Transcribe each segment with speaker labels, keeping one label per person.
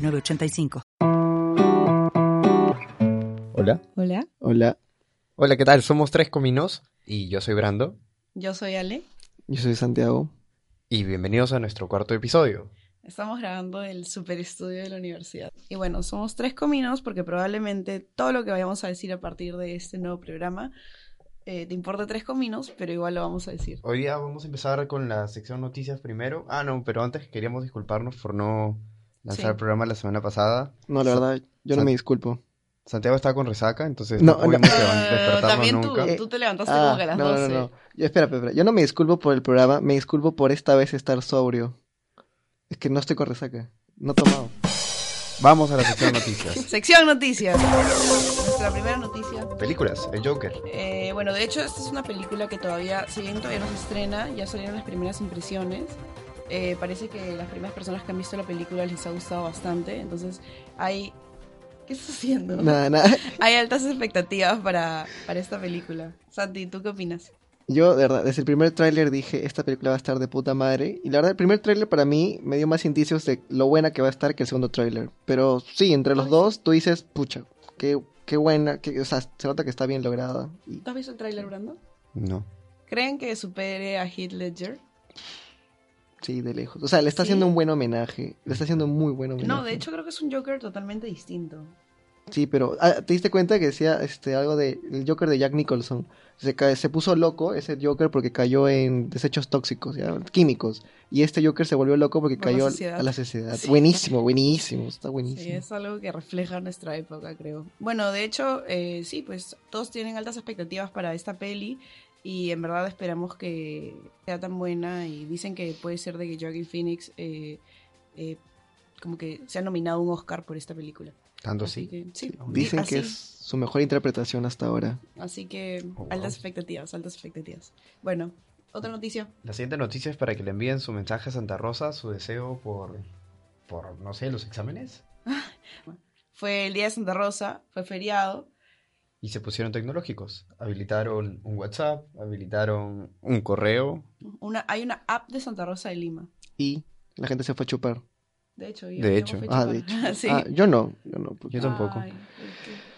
Speaker 1: 985.
Speaker 2: Hola.
Speaker 3: Hola.
Speaker 4: Hola.
Speaker 2: Hola, ¿qué tal? Somos Tres Cominos y yo soy Brando.
Speaker 3: Yo soy Ale.
Speaker 4: Yo soy Santiago.
Speaker 2: Y bienvenidos a nuestro cuarto episodio.
Speaker 3: Estamos grabando el super estudio de la universidad. Y bueno, somos Tres Cominos porque probablemente todo lo que vayamos a decir a partir de este nuevo programa eh, te importa Tres Cominos, pero igual lo vamos a decir.
Speaker 2: Hoy día vamos a empezar con la sección noticias primero. Ah, no, pero antes queríamos disculparnos por no lanzar
Speaker 3: Sí.
Speaker 2: el programa la semana pasada.
Speaker 4: No, la
Speaker 2: Sa-
Speaker 4: verdad, yo
Speaker 2: San-
Speaker 4: no me disculpo.
Speaker 2: Santiago está con resaca, entonces
Speaker 4: No,
Speaker 2: no, pudimos
Speaker 3: Eh,
Speaker 2: levan- despertarnos
Speaker 3: también tú,
Speaker 2: nunca.
Speaker 3: tú te levantaste
Speaker 4: Ah,
Speaker 3: como que a las
Speaker 4: no,
Speaker 3: 12.
Speaker 4: no, no. Yo, espera, espera, espera. Yo no me disculpo por el programa, me disculpo por esta vez estar sobrio. Es que no estoy con resaca. No he tomado.
Speaker 2: Vamos a la sección noticias.
Speaker 3: Sección noticias. Nuestra primera noticia.
Speaker 2: Películas, El Joker.
Speaker 3: Eh, bueno, de hecho, esta es una película que todavía, si bien todavía no se estrena, ya salieron las primeras impresiones. Eh, parece que las primeras personas que han visto la película les ha gustado bastante. Entonces, hay. ¿Qué estás haciendo?
Speaker 4: Nada, nada.
Speaker 3: Hay altas expectativas para, para esta película. Santi, ¿tú qué opinas?
Speaker 4: Yo, de verdad, desde el primer tráiler dije, esta película va a estar de puta madre. Y la verdad, el primer tráiler para mí me dio más indicios de lo buena que va a estar que el segundo tráiler. Pero sí, entre los dos, tú dices, pucha, qué, qué buena, qué- o sea, se nota que está bien lograda. Y-
Speaker 3: ¿Tú has visto el tráiler, Brando?
Speaker 2: No.
Speaker 3: ¿Creen que supere a Heath Ledger?
Speaker 4: sí, de lejos. O sea, le está
Speaker 3: Sí.
Speaker 4: haciendo un buen homenaje. Le está haciendo un muy buen homenaje.
Speaker 3: No, de hecho creo que es un Joker totalmente distinto.
Speaker 4: Sí, pero ah, ¿te diste cuenta que decía este algo de el Joker de Jack Nicholson? Se, ca- se puso loco ese Joker porque cayó en desechos tóxicos, ¿ya? químicos. Y este Joker se volvió loco porque
Speaker 3: Por la
Speaker 4: cayó
Speaker 3: sociedad.
Speaker 4: a la sociedad.
Speaker 3: Sí.
Speaker 4: Buenísimo, buenísimo, está buenísimo.
Speaker 3: Sí, es algo que refleja nuestra época, creo. Bueno, de hecho, eh, sí, pues todos tienen altas expectativas para esta peli y en verdad esperamos que sea tan buena y dicen que puede ser de que Joaquin Phoenix eh, eh, como que se ha nominado a un Oscar por esta película.
Speaker 2: Tanto
Speaker 3: Así
Speaker 2: sí.
Speaker 3: que, sí,
Speaker 4: Dicen que
Speaker 3: así.
Speaker 4: es su mejor interpretación hasta ahora.
Speaker 3: Así que
Speaker 2: Oh, wow.
Speaker 3: altas expectativas, altas expectativas. Bueno, otra noticia.
Speaker 2: La siguiente noticia es para que le envíen su mensaje a Santa Rosa, su deseo por, por no sé, los exámenes.
Speaker 3: Fue el día de Santa Rosa, fue feriado.
Speaker 2: Y se pusieron tecnológicos. Habilitaron un WhatsApp, habilitaron un correo.
Speaker 3: Una, hay una app de Santa Rosa de Lima.
Speaker 4: Y la gente se fue a chupar.
Speaker 3: De hecho, yo
Speaker 2: De
Speaker 3: yo
Speaker 2: hecho.
Speaker 3: fui
Speaker 4: Ah, de
Speaker 3: chupada. sí.
Speaker 4: Ah, yo no, yo no. porque-
Speaker 2: Yo tampoco.
Speaker 3: Ay, qué-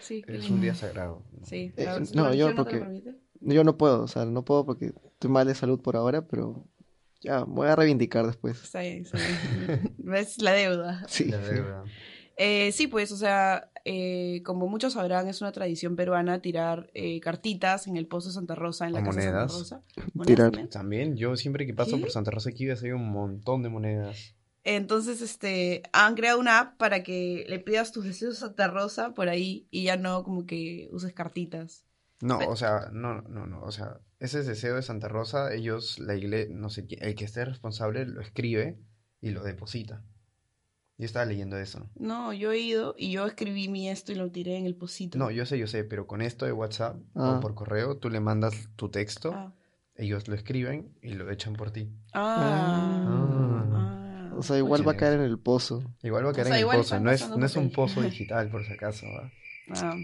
Speaker 3: sí, qué
Speaker 2: Es
Speaker 3: lindo.
Speaker 2: un día sagrado.
Speaker 3: Sí,
Speaker 4: Eh,
Speaker 3: la-
Speaker 4: no,
Speaker 3: la
Speaker 4: yo
Speaker 3: religión no te
Speaker 4: porque-
Speaker 3: lo permite.
Speaker 4: Yo no puedo, o sea, no puedo porque estoy mal de salud por ahora, pero ya, me voy a reivindicar después.
Speaker 3: Está bien, está bien. ¿Ves? La deuda.
Speaker 4: Sí.
Speaker 2: La verdad.
Speaker 3: Eh, sí, pues, o sea, eh, como muchos sabrán, es una tradición peruana tirar eh, cartitas en el Pozo de Santa Rosa, en la
Speaker 2: O
Speaker 3: Casa de Santa
Speaker 2: monedas.
Speaker 3: Rosa.
Speaker 4: Tirar.
Speaker 3: también.
Speaker 2: También yo siempre que paso
Speaker 3: ¿Sí?
Speaker 2: por Santa Rosa aquí veo un montón de monedas.
Speaker 3: Entonces, este, han creado una app para que le pidas tus deseos a Santa Rosa por ahí y ya no como que uses cartitas.
Speaker 2: No,
Speaker 3: Pero-
Speaker 2: o sea, no, no, no, o sea, ese deseo de Santa Rosa, ellos, la iglesia, no sé, qui- el que esté responsable lo escribe y lo deposita. Yo estaba leyendo eso.
Speaker 3: No, yo he ido y yo escribí mi esto y lo tiré en el pocito.
Speaker 2: No, yo sé, yo sé, pero con esto de WhatsApp
Speaker 4: Ah.
Speaker 2: o por correo, tú le mandas tu texto,
Speaker 3: Ah.
Speaker 2: ellos lo escriben y lo echan por ti.
Speaker 3: Ah. ah.
Speaker 4: O sea, igual va a caer en el pozo.
Speaker 2: Igual va a caer en
Speaker 3: sea,
Speaker 2: el
Speaker 3: igual
Speaker 2: pozo,
Speaker 3: están
Speaker 2: no es,
Speaker 3: pasando
Speaker 2: no es un
Speaker 3: papel.
Speaker 2: pozo digital, por si acaso, ¿va?
Speaker 3: Ah.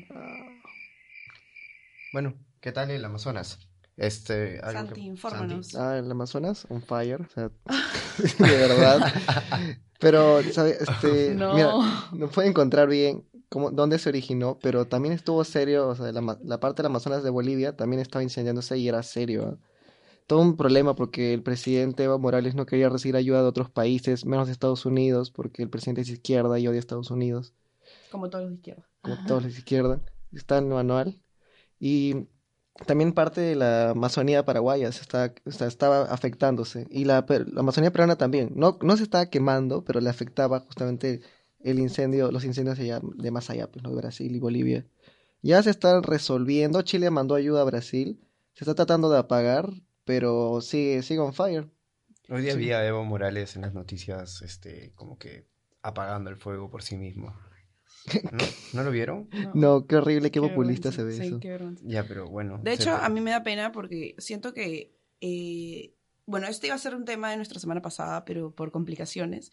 Speaker 2: Bueno, ¿qué tal el Amazonas? Este, algo
Speaker 3: Santi,
Speaker 2: que-
Speaker 3: infórmanos.
Speaker 4: Ah, el Amazonas, on fire, o sea, de verdad. Pero, ¿sabes? Este,
Speaker 3: No.
Speaker 4: mira, no puede encontrar bien cómo, dónde se originó, pero también estuvo serio, o sea, la, ma- la parte del Amazonas de Bolivia también estaba incendiándose y era serio. ¿ah? Todo un problema porque el presidente Evo Morales no quería recibir ayuda de otros países, menos de Estados Unidos, porque el presidente es de izquierda y odia a Estados Unidos,
Speaker 3: Como todos los de izquierda.
Speaker 4: como todos los de izquierda. Está en el manual. Y también parte de la Amazonía paraguaya se está, o sea, estaba afectándose. Y la, per- la Amazonía peruana también. No, no se estaba quemando, pero le afectaba justamente el incendio, los incendios allá de más allá, pues, ¿no? de Brasil y Bolivia. Ya se están resolviendo. Chile mandó ayuda a Brasil. Se está tratando de apagar, pero sigue, sigue on fire.
Speaker 2: Hoy día
Speaker 4: Sí.
Speaker 2: vi a Evo Morales en las noticias, este, como que apagando el fuego por sí mismo. ¿No, ¿No lo vieron?
Speaker 4: No, qué horrible, qué,
Speaker 3: qué
Speaker 4: populista se ve
Speaker 3: vergüenza, sí,
Speaker 4: eso.
Speaker 3: qué vergüenza.
Speaker 2: Ya, pero bueno.
Speaker 3: De
Speaker 2: se-
Speaker 3: hecho, a mí me da pena porque siento que, eh, bueno, este iba a ser un tema de nuestra semana pasada, pero por complicaciones,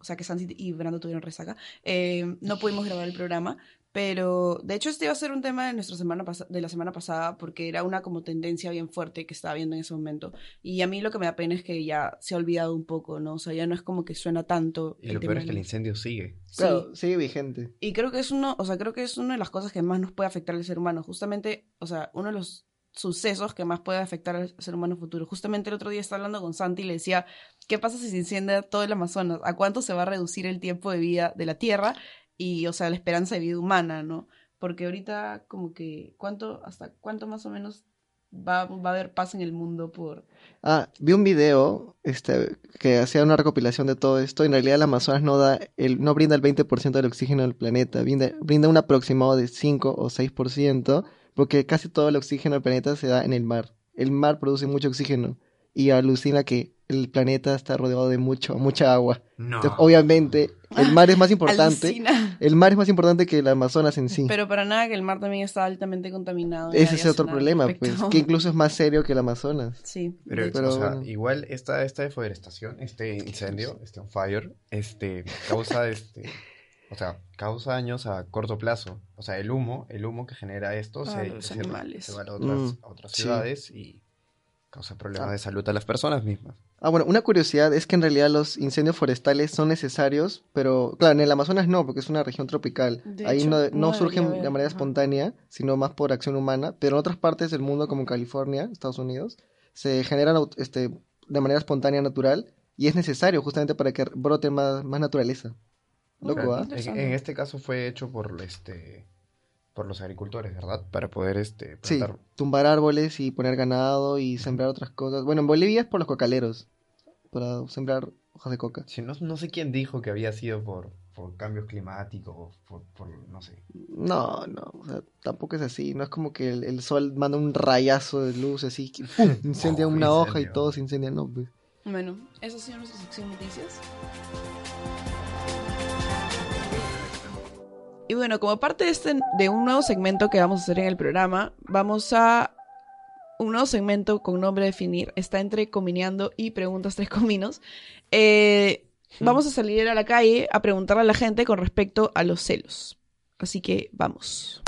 Speaker 3: o sea que Santi y Brando tuvieron resaca, eh, no pudimos grabar el programa, pero de hecho este iba a ser un tema de, nuestra semana pas- de la semana pasada porque era una como tendencia bien fuerte que estaba viendo en ese momento. Y a mí lo que me da pena es que ya se ha olvidado un poco, ¿no? O sea, ya no es como que suena tanto.
Speaker 2: Y lo
Speaker 3: tema
Speaker 2: peor es que
Speaker 3: de
Speaker 2: el
Speaker 3: la-
Speaker 2: incendio sigue.
Speaker 3: Sí.
Speaker 4: Claro, sigue vigente.
Speaker 3: Y creo que es uno, o sea, creo que es una de las cosas que más nos puede afectar al ser humano. Justamente, o sea, uno de los sucesos que más puede afectar al ser humano futuro. Justamente el otro día estaba hablando con Santi y le decía, ¿qué pasa si se incendia todo el Amazonas? ¿A cuánto se va a reducir el tiempo de vida de la Tierra y, o sea, la esperanza de vida humana, ¿no? Porque ahorita como que, ¿cuánto, hasta cuánto más o menos va, va a haber paz en el mundo por...
Speaker 4: Ah, vi un video este, que hacía una recopilación de todo esto. En realidad, el Amazonas no da el, no brinda el 20% del oxígeno del planeta, brinda, brinda un aproximado de 5 o 6%, porque casi todo el oxígeno del planeta se da en el mar. El mar produce mucho oxígeno y alucina que el planeta está rodeado de mucho, mucha agua.
Speaker 2: No.
Speaker 4: Entonces, obviamente, el mar es más importante.
Speaker 3: Alucina.
Speaker 4: El mar es más importante que el Amazonas en sí.
Speaker 3: Pero para nada que el mar también está altamente contaminado. y
Speaker 4: Ese
Speaker 3: nadie
Speaker 4: es
Speaker 3: hace
Speaker 4: otro
Speaker 3: nada al
Speaker 4: problema, pues,
Speaker 3: respecto.
Speaker 4: que incluso es más serio que el Amazonas.
Speaker 3: Sí,
Speaker 2: Pero,
Speaker 3: de hecho.
Speaker 4: Pero
Speaker 2: o sea,
Speaker 4: bueno.
Speaker 2: igual esta, esta deforestación, este incendio, este on fire, este, causa este, o sea, causa daños a corto plazo. O sea, el humo, el humo que genera esto
Speaker 3: A
Speaker 2: se,
Speaker 3: los
Speaker 2: se-
Speaker 3: animales.
Speaker 2: se va a otras,
Speaker 4: Mm,
Speaker 2: a otras
Speaker 4: sí.
Speaker 2: ciudades y causa problemas
Speaker 4: Ah.
Speaker 2: de salud a las personas mismas.
Speaker 4: Ah, bueno, una curiosidad es que en realidad los incendios forestales son necesarios, pero claro, en el Amazonas no, porque es una región tropical.
Speaker 3: De
Speaker 4: Ahí
Speaker 3: hecho,
Speaker 4: no,
Speaker 3: no
Speaker 4: no surgen
Speaker 3: debería
Speaker 4: de
Speaker 3: haber,
Speaker 4: manera
Speaker 3: ajá.
Speaker 4: espontánea, sino más por acción humana, pero en otras partes del mundo, como en California, Estados Unidos, se generan aut- este, de manera espontánea, natural, y es necesario justamente para que brote más, más naturaleza. Loco,
Speaker 2: O sea,
Speaker 4: ¿ah?
Speaker 2: en,
Speaker 3: Interesante.
Speaker 2: en este caso fue hecho por este, por los agricultores, ¿verdad? Para poder este
Speaker 4: Sí,
Speaker 2: plantar.
Speaker 4: tumbar árboles y poner ganado y sembrar otras cosas. Bueno, en Bolivia es por los cocaleros, para sembrar hojas de coca.
Speaker 2: Si no, no sé quién dijo que había sido por, por cambios climáticos, por, por no sé.
Speaker 4: No, no, o sea, tampoco es así. No es como que el, el sol manda un rayazo de luz así, que ¡pum! incendia
Speaker 2: Oh,
Speaker 4: una hoja y
Speaker 2: incendio.
Speaker 4: todo se incendia. No, pues.
Speaker 3: Bueno, eso ha sido nuestra sección de noticias. Y bueno, como parte de, este, de un nuevo segmento que vamos a hacer en el programa, vamos a un nuevo segmento con nombre definir. Está entre comineando y preguntas tres cominos. Eh, vamos a salir a la calle a preguntarle a la gente con respecto a los celos. Así que vamos.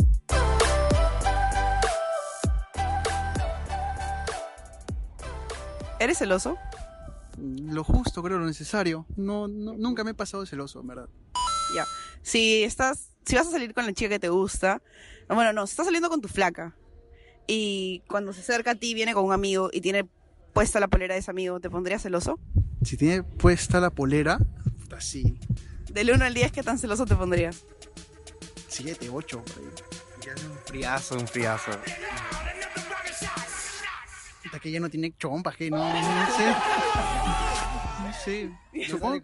Speaker 3: ¿Eres celoso?
Speaker 5: Lo justo, creo, lo necesario. No, no- nunca me he pasado de celoso, en verdad.
Speaker 6: si estás, si vas a salir con la chica que te gusta, bueno, no, si estás saliendo con tu flaca y cuando se acerca a ti viene con un amigo y tiene puesta la polera de ese amigo, ¿te pondrías celoso?
Speaker 5: Si tiene puesta la polera, puta, sí.
Speaker 6: Del 1 al 10, ¿qué tan celoso te pondrías?
Speaker 5: 7, 8, por ahí. Ya no-
Speaker 2: Friazo, un friazo.
Speaker 5: puta, que ya no tiene chompa, que no, no sé. No sé. Supongo-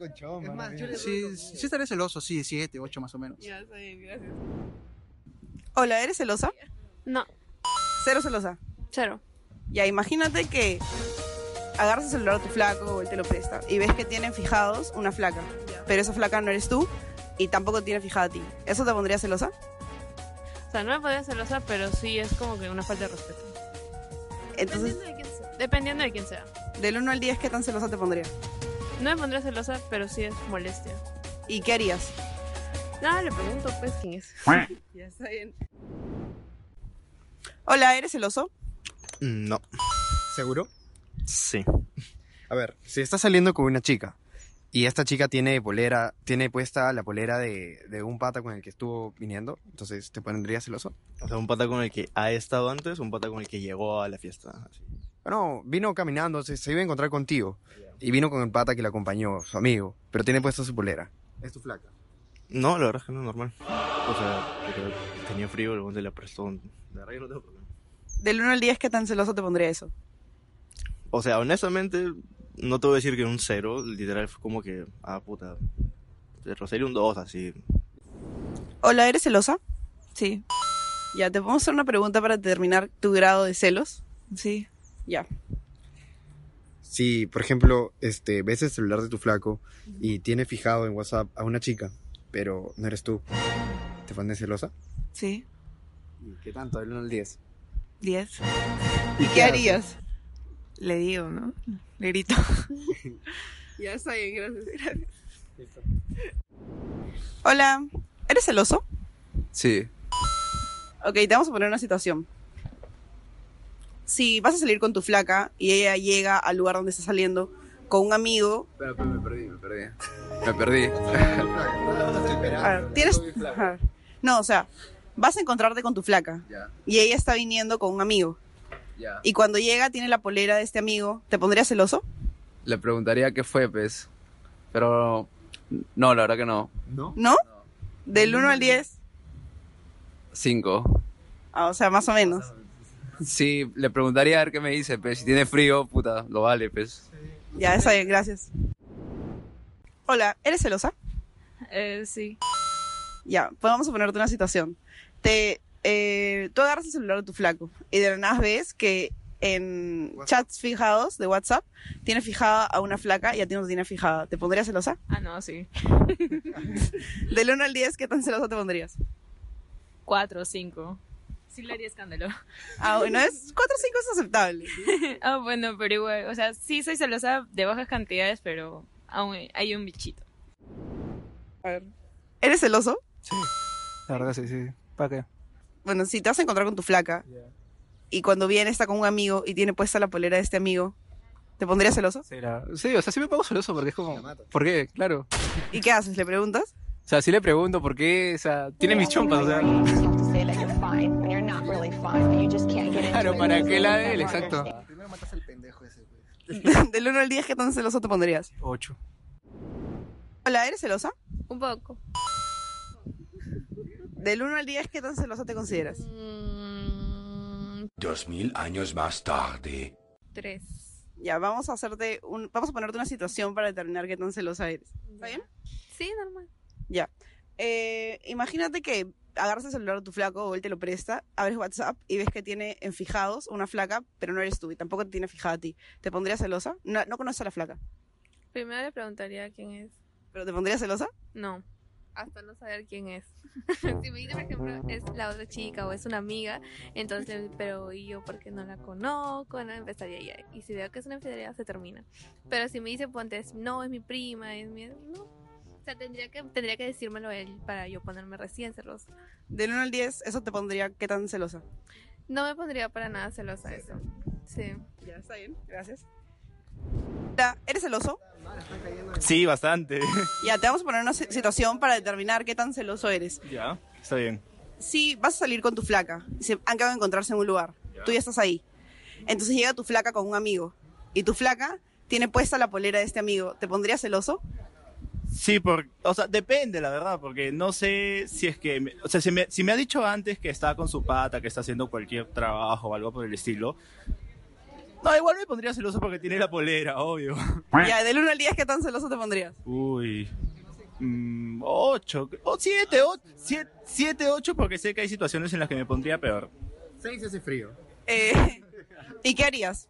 Speaker 5: Es más, yo le- sí, sí estaré celoso, sí, 7, 8 más o menos.
Speaker 6: Hola, ¿eres celosa?
Speaker 7: No,
Speaker 6: Cero celosa.
Speaker 7: cero.
Speaker 6: Ya, imagínate que agarras el celular a tu flaco o él te lo presta y ves que tienen fijados una flaca, pero esa flaca no eres tú y tampoco tiene fijada a ti. ¿Eso te pondría celosa?
Speaker 7: O sea, no me podría celosa, pero sí es como que una falta de respeto.
Speaker 6: Entonces,
Speaker 7: Dependiendo de quién sea. Dependiendo de quién sea.
Speaker 6: del 1 al 10, ¿qué tan celosa te pondría?
Speaker 7: No me pondría celosa, pero sí es molestia.
Speaker 6: ¿Y qué harías?
Speaker 7: Nada, le pregunto pues quién es.
Speaker 6: Ya está bien. Hola, ¿eres celoso?
Speaker 8: Mm, No. ¿Seguro? Sí. A ver, si estás saliendo con una chica y esta chica tiene polera, tiene puesta la polera de, de un pata con el que estuvo viniendo, entonces te pondría celoso.
Speaker 9: O sea, un pata con el que ha estado antes, un pata con el que llegó a la fiesta. así.
Speaker 8: Bueno, vino caminando, se, se iba a encontrar contigo y vino con el pata que la acompañó, su amigo, pero tiene puesta su polera. Es tu flaca.
Speaker 9: No, la verdad es que no es normal. O sea, pero tenía frío, el buen de la prestó. un- La verdad que no tengo problema.
Speaker 6: Del 1 al 10, ¿qué tan celoso te pondría eso?
Speaker 9: O sea, honestamente, no te voy a decir que un cero, literal, fue como que, ah, puta. De Rosario un dos, así.
Speaker 6: Hola, ¿eres celosa? Sí. Ya, te podemos hacer una pregunta para determinar tu grado de celos. Sí. Ya.
Speaker 2: Si, por ejemplo, este, ves el celular de tu flaco y tiene fijado en WhatsApp a una chica, pero no eres tú, ¿te pones celosa?
Speaker 3: Sí,
Speaker 2: ¿Qué tanto? Del 1 al 10.
Speaker 3: 10.
Speaker 2: ¿Y
Speaker 3: ¿Qué harías? Le digo, ¿no? Le grito.
Speaker 7: Ya está bien, gracias.
Speaker 3: Hola, ¿eres celoso?
Speaker 10: Sí,
Speaker 3: Ok, te vamos a poner una situación. Si vas a salir con tu flaca y ella llega al lugar donde estás saliendo con un amigo,
Speaker 10: pero, pero me perdí, me perdí. Me perdí.
Speaker 3: a ver, ah, tienes... ajá. No, o sea, vas a encontrarte con tu flaca
Speaker 10: Ya,
Speaker 3: y ella está viniendo con un amigo.
Speaker 10: ya.
Speaker 3: Y cuando llega tiene la polera de este amigo, ¿te pondrías celoso?
Speaker 10: Le preguntaría qué fue, pues. Pero no, la verdad que no.
Speaker 3: ¿No? Del 1 al 10,
Speaker 10: Cinco.
Speaker 3: ah, o sea, más o menos.
Speaker 10: Sí, le preguntaría a ver qué me dice, pues. Si tiene frío, puta, lo vale, pues.
Speaker 3: Ya, está bien, gracias. Hola, ¿eres celosa?
Speaker 7: Eh, sí.
Speaker 3: Ya, pues vamos a ponerte una situación. Te, eh, tú agarras el celular de tu flaco y de la nada ves que en chats fijados de WhatsApp tiene fijada a una flaca y a ti no te tiene fijada. ¿Te pondrías celosa?
Speaker 7: Ah, no, sí.
Speaker 3: Del 1 al 10, ¿qué tan celosa te pondrías?
Speaker 7: Cuatro o cinco. Sí le haría escándalo.
Speaker 3: Ah, bueno, es 4 o 5 es aceptable.
Speaker 7: Ah, bueno, pero igual. O sea, sí soy celosa de bajas cantidades, pero aún hay un bichito.
Speaker 3: A ver. ¿Eres celoso?
Speaker 5: Sí, la verdad sí, sí. ¿Para qué?
Speaker 3: Bueno, si te vas a encontrar con tu flaca y cuando viene está con un amigo y tiene puesta la polera de este amigo, ¿te pondrías celoso?
Speaker 5: Sí, la- sí, o sea, sí me pongo celoso porque es como... ¿Por qué? Claro.
Speaker 3: ¿Y qué haces? ¿Le preguntas?
Speaker 5: O sea, sí le pregunto por qué, o sea, tiene mis chompas, o sea... Claro, ¿para qué la de él? Exacto.
Speaker 11: Primero matas al pendejo ese, güey.
Speaker 3: Del 1 al 10, ¿qué tan celoso te pondrías?
Speaker 5: Ocho.
Speaker 3: Hola, ¿eres celosa?
Speaker 7: Un poco.
Speaker 3: Del 1 al 10, ¿qué tan celosa te consideras?
Speaker 7: Mm,
Speaker 12: Dos mil años más tarde.
Speaker 7: tres.
Speaker 3: Ya, vamos a hacerte un, vamos a ponerte una situación para determinar qué tan celosa eres. ¿Está bien?
Speaker 7: Sí, normal.
Speaker 3: Eh, imagínate que agarras el celular de tu flaco o él te lo presta, abres WhatsApp y ves que tiene en fijados una flaca, pero no eres tú y tampoco te tiene fijada a ti. ¿Te pondrías celosa? No, no conoces a la flaca,
Speaker 7: Primero le preguntaría quién es.
Speaker 3: pero ¿te pondrías celosa?
Speaker 7: No. Hasta no saber quién es. si me dice, por ejemplo, es la otra chica o es una amiga, entonces, pero ¿y yo porque no la conozco? No empezaría ya. Y si veo que es una infidelidad, se termina. Pero si me dice, ponte, es- no, es mi prima, es mi... No. O sea, tendría que, tendría que decírmelo él para yo ponerme recién celosa.
Speaker 3: Del 1 al 10, eso te pondría qué tan celosa.
Speaker 7: No me pondría para nada celosa eso. Sí.
Speaker 3: Ya, está bien, gracias. Hola, ¿Eres celoso?
Speaker 13: Sí, bastante.
Speaker 3: Ya, te vamos a poner una si- situación para determinar qué tan celoso eres.
Speaker 13: ya, está bien.
Speaker 3: si vas a salir con tu flaca, se han quedado de encontrarse en un lugar, tú ya estás ahí. Entonces llega tu flaca con un amigo y tu flaca tiene puesta la polera de este amigo, ¿te pondrías celoso?
Speaker 9: Sí, por, o sea, depende, la verdad, porque no sé si es que, me- o sea, si me, si me ha dicho antes que está con su pata, que está haciendo cualquier trabajo o algo por el estilo, no, igual me pondría celoso porque tiene la polera, obvio.
Speaker 3: Ya, del 1 al 10, ¿qué tan celoso te pondrías?
Speaker 9: Uy, mm, ocho, o siete, o, siete, siete, ocho, porque sé que hay situaciones en las que me pondría peor.
Speaker 2: 6 hace frío.
Speaker 3: Eh, ¿Y qué harías?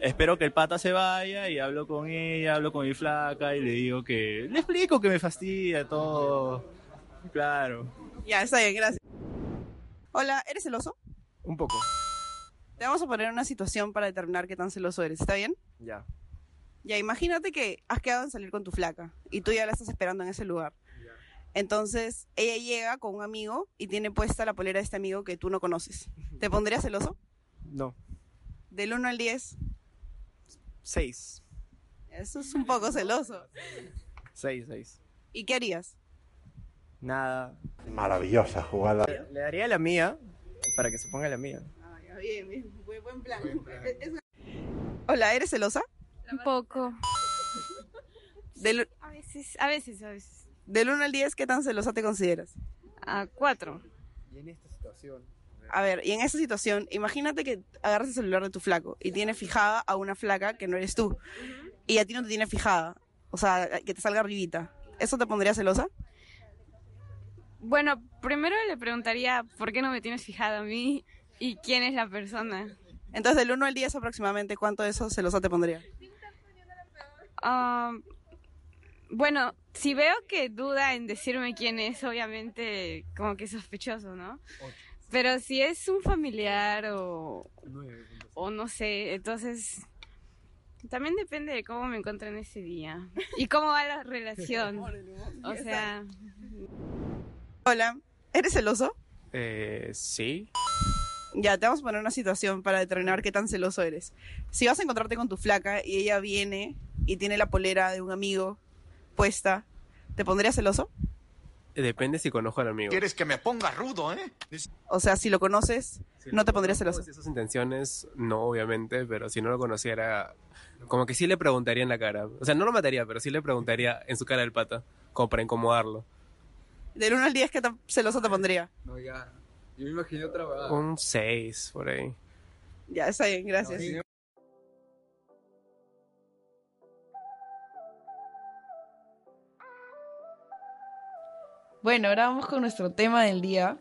Speaker 9: Espero que el pata se vaya y hablo con ella, hablo con mi flaca y le digo que, le explico que me fastidia todo, claro.
Speaker 3: Ya, está bien, gracias. Hola, ¿eres celoso?
Speaker 5: Un poco.
Speaker 3: Te vamos a poner una situación para determinar qué tan celoso eres, ¿está bien?
Speaker 2: Ya.
Speaker 3: Ya, imagínate que has quedado en salir con tu flaca y tú ya la estás esperando en ese lugar. Entonces, ella llega con un amigo y tiene puesta la polera de este amigo que tú no conoces. ¿Te pondrías celoso?
Speaker 5: No.
Speaker 3: Del 1 al 10.
Speaker 5: 6.
Speaker 3: Eso es un poco celoso.
Speaker 5: 6, 6.
Speaker 3: ¿Y qué harías?
Speaker 5: Nada.
Speaker 12: Maravillosa jugada.
Speaker 5: Le daría la mía para que se ponga la mía.
Speaker 3: bien, Buen plan. Hola, ¿eres celosa?
Speaker 7: Un poco.
Speaker 3: Del,
Speaker 7: A veces, a veces, a veces.
Speaker 3: del 1 al 10, ¿qué tan celosa te consideras?
Speaker 7: A cuatro.
Speaker 2: Y en esta situación.
Speaker 3: A ver, y en esa situación, imagínate que agarras el celular de tu flaco y tiene fijada a una flaca que no eres tú. Y a ti no te tiene fijada. O sea, que te salga arribita. ¿Eso te pondría celosa?
Speaker 7: Bueno, primero le preguntaría por qué no me tienes fijada a mí y quién es la persona.
Speaker 6: Entonces, del 1 al 10 aproximadamente, ¿cuánto de eso celosa te pondría?
Speaker 14: Ah, bueno, si veo que duda en decirme quién es, obviamente como que es sospechoso, ¿no? Pero si es un familiar o, o no sé, entonces también depende de cómo me encuentro en ese día y cómo va la relación. O sea,
Speaker 6: Hola, ¿eres celoso?
Speaker 15: Eh, sí.
Speaker 6: Ya, te vamos a poner una situación para determinar qué tan celoso eres. Si vas a encontrarte con tu flaca y ella viene y tiene la polera de un amigo puesta, ¿te pondrías celoso?
Speaker 16: Depende si conozco al amigo.
Speaker 17: Quieres que me ponga rudo, ¿eh?
Speaker 6: O sea, si lo conoces,
Speaker 16: Si
Speaker 6: no
Speaker 16: lo
Speaker 6: te pondrías
Speaker 16: conozco,
Speaker 6: celoso.
Speaker 16: Si sus intenciones, no, obviamente, pero si no lo conociera, como que sí le preguntaría en la cara. O sea, no lo mataría, pero sí le preguntaría en su cara del pata, como para incomodarlo.
Speaker 6: Del 1 al 10, ¿qué tan celoso te pondría?
Speaker 10: No, ya. Yo me imaginé otra vez.
Speaker 16: Un 6, por ahí.
Speaker 6: Ya, está bien, gracias.
Speaker 3: Bueno, ahora vamos con nuestro tema del día.